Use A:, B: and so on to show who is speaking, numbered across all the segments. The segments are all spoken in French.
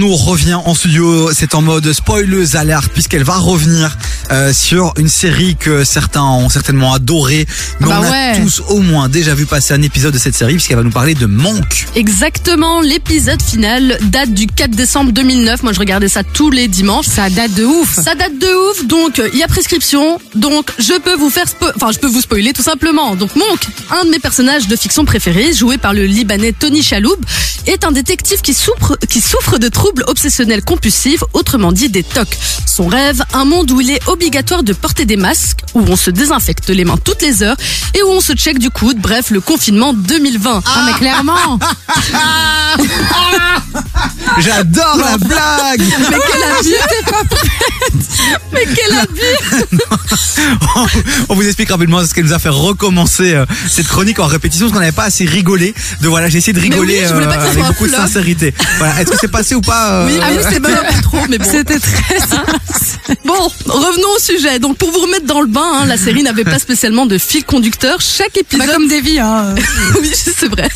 A: nous revient en studio. C'est en mode spoileuse alerte puisqu'elle va revenir euh, sur une série que certains ont certainement adorée. Mais
B: Bah
A: on a
B: ouais.
A: tous au moins déjà vu passer un épisode de cette série puisqu'elle va nous parler de Monk.
B: Exactement, l'épisode final date du 4 décembre 2009. Moi, je regardais ça tous les dimanches.
C: Ça date de ouf.
B: Ça date de ouf, donc euh, il y a prescription, donc je peux vous faire, spo- enfin je peux vous spoiler tout simplement. Donc Monk, un de mes personnages de fiction préférés, joué par le Libanais Tony Chaloub, est un détective qui souffre, qui souffre de troubles obsessionnels compulsifs, autrement dit des TOC. Son rêve, un monde où il est obligatoire de porter des masques, où on se désinfecte les mains toutes les heures et où on se check du coude. Bref, le confinement 2020.
C: Ah, mais clairement.
A: J'adore la blague.
B: Mais quel abus Mais quel abus
A: On vous explique rapidement ce qu'elle nous a fait recommencer euh, cette chronique en répétition parce qu'on n'avait pas assez rigolé. De voilà, j'ai essayé de
B: Mais oui,
A: rigoler euh,
B: je voulais pas que ça
A: avec
B: soit un
A: beaucoup de
B: flop.
A: sincérité. Voilà, est-ce que c'est passé ou pas euh,
B: Ah oui, c'est pas trop, mais bon.
C: C'était très
B: Bon, revenons au sujet. Donc, pour vous remettre dans le bain, hein, la série n'avait pas spécialement de fil conducteur. Chaque
C: Pas
B: épisode,
C: Bah, comme des vies, hein.
B: oui, c'est vrai.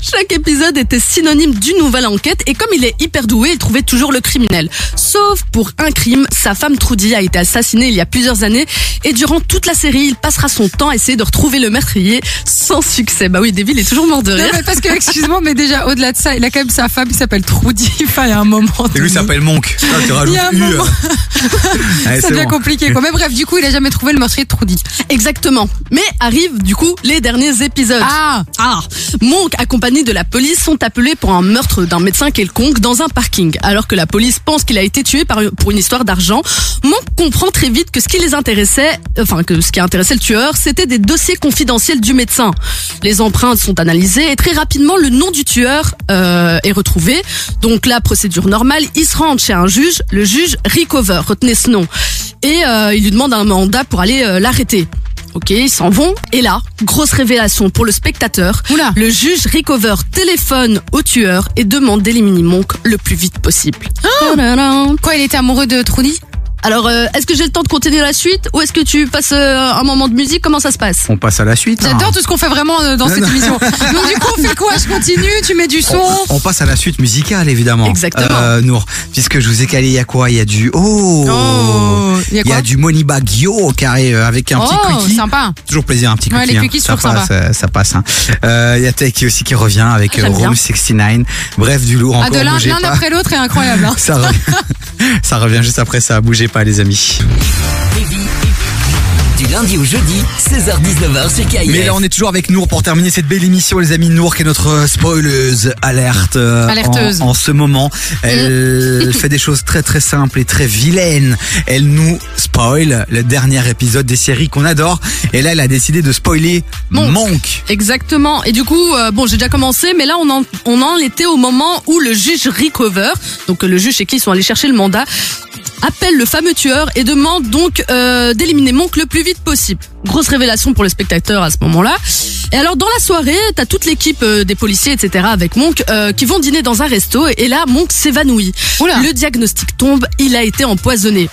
B: Chaque épisode était synonyme d'une nouvelle enquête. Et comme il est hyper doué, il trouvait toujours le criminel. Sauf pour un crime, sa femme Trudy a été assassinée il y a plusieurs années. Et durant toute la série, il passera son temps à essayer de retrouver le meurtrier sans succès. Bah oui, Devil est toujours mort de
C: Non,
B: rire.
C: mais parce que, excuse-moi, mais déjà, au-delà de ça, il a quand même sa femme qui s'appelle Trudy. Enfin, il y a un moment.
A: Et lui
C: donné,
A: s'appelle Monk. Ah, tu rajoutes
C: Il y a un
A: U,
C: moment.
A: euh. Allez,
C: Ça
A: c'est
C: devient
A: bon.
C: compliqué, quoi. Mais bref, du coup, il a jamais trouvé le meurtrier de Trudy.
B: Exactement. Mais arrivent du coup les derniers épisodes.
C: Ah!
B: Ah Monk, accompagné de la police, sont appelés pour un meurtre d'un médecin quelconque dans un parking. Alors que la police pense qu'il a été tué par, pour une histoire d'argent, Monk comprend très vite que ce qui les intéressait, enfin que ce qui intéressait le tueur, c'était des dossiers confidentiels du médecin. Les empreintes sont analysées et très rapidement le nom du tueur euh, est retrouvé. Donc la procédure normale, il se rend chez un juge, le juge Rickover, retenez ce nom. Et euh, il lui demande un mandat pour aller euh, l'arrêter. Ok, ils s'en vont. Et là, grosse révélation pour le spectateur.
C: Oula.
B: Le juge Rickover téléphone au tueur et demande d'éliminer Monk le plus vite possible. Tadadam.
C: Quoi, il était amoureux de Trudy?
B: Alors, euh, est-ce que j'ai le temps de continuer la suite ou est-ce que tu passes euh, un moment de musique Comment ça se passe
A: On passe à la suite. hein.
C: J'adore tout ce qu'on fait vraiment euh, dans cette émission. Donc, du coup, on fait quoi? Je continue, tu mets du son.
A: On passe à la suite musicale, évidemment.
B: Exactement.
A: Euh, Nour, puisque je vous ai calé, il y a quoi Il y a du. Oh
C: Oh, il y
A: Il
C: a
A: y
C: quoi
A: a du Moneybag Yo au carré euh, avec un petit
C: Oh,
A: cookie.
C: sympa.
A: Toujours plaisir, un petit
C: Ouais,
A: cookie.
C: les
A: hein.
C: cookies,
A: ça,
C: toujours
A: passe, euh, ça passe. hein. Euh, Il y a Tech aussi qui revient avec
B: Ah,
A: euh,
B: j'aime bien.
A: Room 69. Bref, du lourd
C: Ah,
A: encore.
C: de l'un
A: bougez
C: l'un
A: pas.
C: après l'autre est incroyable. hein.
A: Ça revient. ça revient juste après ça. Bougez pas, les amis.
D: Du lundi au jeudi, 16h-19h sur KIF.
A: Mais là, on est toujours avec Nour pour terminer cette belle émission, les amis. Nour, qui est notre spoileuse alerte euh,
C: Alerteuse.
A: En, en ce moment. Elle euh, fait des choses très très simples et très vilaines. Elle nous spoil le dernier épisode des séries qu'on adore. Et là, elle a décidé de spoiler Monk.
B: Monk. Exactement. Et du coup, euh, bon, j'ai déjà commencé, mais là, on en, on en était au moment où le juge Rickover, donc euh, le juge chez qui ils sont allés chercher le mandat, appelle le fameux tueur et demande donc euh, d'éliminer Monk le plus vite possible. Grosse révélation pour le spectateur à ce moment-là. Et alors, dans la soirée, t'as toute l'équipe euh, des policiers, etc., avec Monk, euh, qui vont dîner dans un resto, et là, Monk s'évanouit.
C: Oula.
B: Le diagnostic tombe, il a été empoisonné.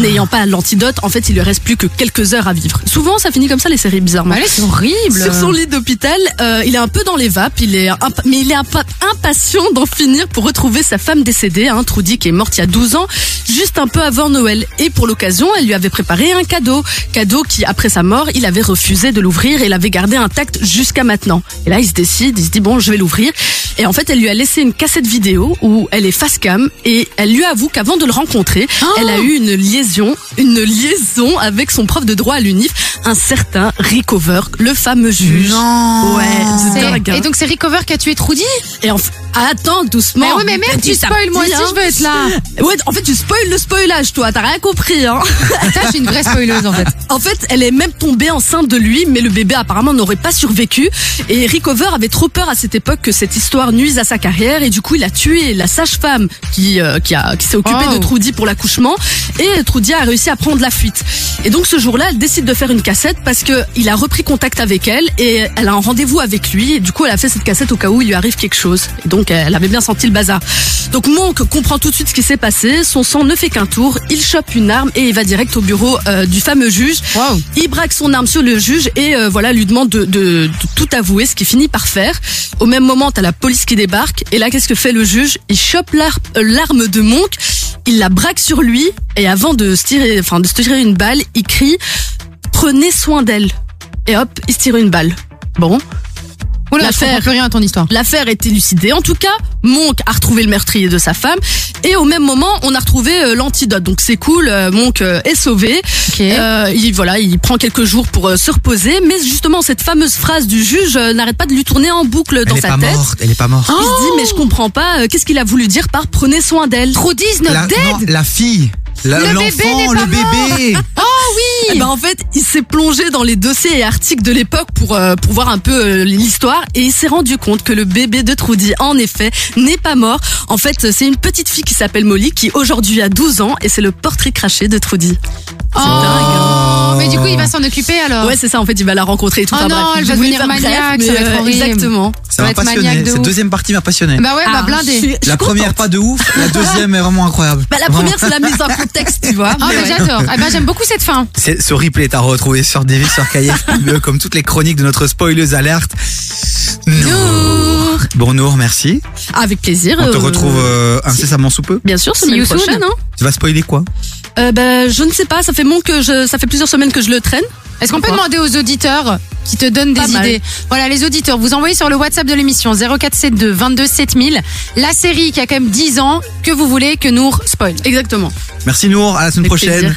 B: N'ayant pas l'antidote, en fait, il lui reste plus que quelques heures à vivre. Souvent, ça finit comme ça les séries bizarrement.
C: Allez, c'est horrible. Oh,
B: Sur son lit d'hôpital, euh, il est un peu dans les vapes, il est imp- mais il est imp- impatient d'en finir pour retrouver sa femme décédée, hein, Trudy, qui est morte il y a 12 ans, juste un peu avant Noël. Et pour l'occasion, elle lui avait préparé un cadeau. Cadeau qui, après sa mort, il avait refusé de l'ouvrir et l'avait gardé intact jusqu'à maintenant. Et là, il se décide, il se dit, bon, je vais l'ouvrir. Et en fait, elle lui a laissé une cassette vidéo où elle est face cam et elle lui avoue qu'avant de le rencontrer, elle a
C: Oh
B: eu une liaison, une liaison avec son prof de droit à l'UNIF, un certain Rickover, le fameux juge.
A: Non.
B: Ouais, c'est dingue.
C: C'est-
B: hein.
C: Et donc c'est Recover qui a tué Trudy
B: Et en f- attends doucement.
C: Mais oui, mais merde, tu
B: Et t'as
C: spoil, moi
B: dit,
C: aussi
B: hein.
C: je veux être là.
B: Ouais, en fait, tu spoil le spoilage, toi. T'as rien compris, hein.
C: Putain, je suis une vraie spoileuse en fait.
B: En fait, elle est même tombée enceinte de lui, mais le bébé apparemment n'aurait pas survécu. Et Rickover avait trop peur à cette époque que cette histoire nuise à sa carrière, et du coup, il a tué la sage-femme qui euh, qui, a- qui s'est occupée
C: Oh.
B: de Trudy pour l'accouchement. Et Trudy a réussi à prendre la fuite. Et donc, ce jour-là, elle décide de faire une cassette parce que il a repris contact avec elle et elle a un rendez-vous avec lui. Et du coup, elle a fait cette cassette au cas où il lui arrive quelque chose. Et donc, donc elle avait bien senti le bazar. Donc Monk comprend tout de suite ce qui s'est passé, son sang ne fait qu'un tour, il chope une arme et il va direct au bureau euh, du fameux juge.
C: Wow.
B: Il braque son arme sur le juge et euh, voilà lui demande de, de- de tout avouer, ce qu'il finit par faire. Au même moment, t'as la police qui débarque et là, qu'est-ce que fait le juge Il chope l'ar- euh, l'arme de Monk, il la braque sur lui et avant de se tirer, enfin de se tirer une balle, il crie "Prenez soin d'elle" et hop, il se tire une balle. Bon,
C: Oula, je
B: L'affaire.
C: comprends plus rien à ton histoire.
B: L'affaire est élucidée. En tout cas, Monk a retrouvé le meurtrier de sa femme. Et au même moment, on a retrouvé euh, l'antidote. Donc c'est cool, euh, Monk euh, est sauvé.
C: Ok.
B: Euh, il, voilà, il prend quelques jours pour euh, se reposer. Mais justement, cette fameuse phrase du juge euh, n'arrête pas de lui tourner en boucle dans
A: Elle est
B: sa
A: pas
B: tête.
A: morte, elle est pas
C: Oh,
A: morte.
B: Il se dit, mais je comprends pas, euh, qu'est-ce qu'il a voulu dire par prenez soin d'elle
C: Trop 19
A: la, non, la fille, la- l'enfant,
C: Le bébé n'est
A: le
C: pas
A: bébé.
B: Eh ben, en fait, il s'est plongé dans les dossiers et articles de l'époque pour, euh, pour voir un peu euh, l'histoire et il s'est rendu compte que le bébé de Trudy, en effet, n'est pas mort. En fait, euh, c'est une petite fille qui s'appelle Molly qui aujourd'hui a 12 ans et c'est le portrait craché de Trudy.
C: Oh,
A: dingue.
C: mais du coup, il va s'en occuper alors.
B: hein. Ouais, c'est ça, en fait, il va la rencontrer et tout.
C: Oh
B: Enfin,
C: Ah. non,
B: bref,
C: elle
B: j'ai
C: va
B: voulu
C: devenir
B: faire bref,
C: maniaque, ça
B: mais,
C: va être
B: euh,
C: horrible.
B: Exactement.
A: Ça
C: va
A: m'a
C: être
A: passionné.
C: maniaque de
A: Cette
C: ouf.
A: deuxième partie m'a passionné.
C: Bah ouais, bah
B: Ah, je suis-
C: blindé.
B: je
A: la
B: suis
A: première
B: contente.
A: pas de ouf, la deuxième est vraiment incroyable.
B: Bah, la
A: Vraiment.
B: première, c'est la mise en contexte, tu vois.
C: Ah,
B: Mais
C: mais
B: ouais.
C: j'adore. Ah, bah, j'aime beaucoup cette fin.
A: C'est ce replay est à retrouver sur Davis, sur KF, comme toutes les chroniques de notre spoileuse alerte. Nour. Bon Nour, merci.
B: Avec plaisir.
A: On te
B: euh,
A: retrouve euh, incessamment sous peu.
B: Bien sûr,
C: See
B: semaine
C: you soon. hein.
B: prochaine. Hein.
A: Tu vas spoiler quoi
B: Euh, bah, je ne sais pas, ça fait, bon que je, ça fait plusieurs semaines que je le traîne.
C: Est-ce qu'on peut
B: Pourquoi
C: demander aux auditeurs qui te donnent des
B: Pas mal.
C: idées Voilà, les auditeurs, vous envoyez sur le WhatsApp de l'émission 0472 22 7000 la série qui a quand même 10 ans que vous voulez que nous spoil.
B: Exactement.
A: Merci Nour, à la semaine
B: Avec
A: prochaine.
B: plaisir.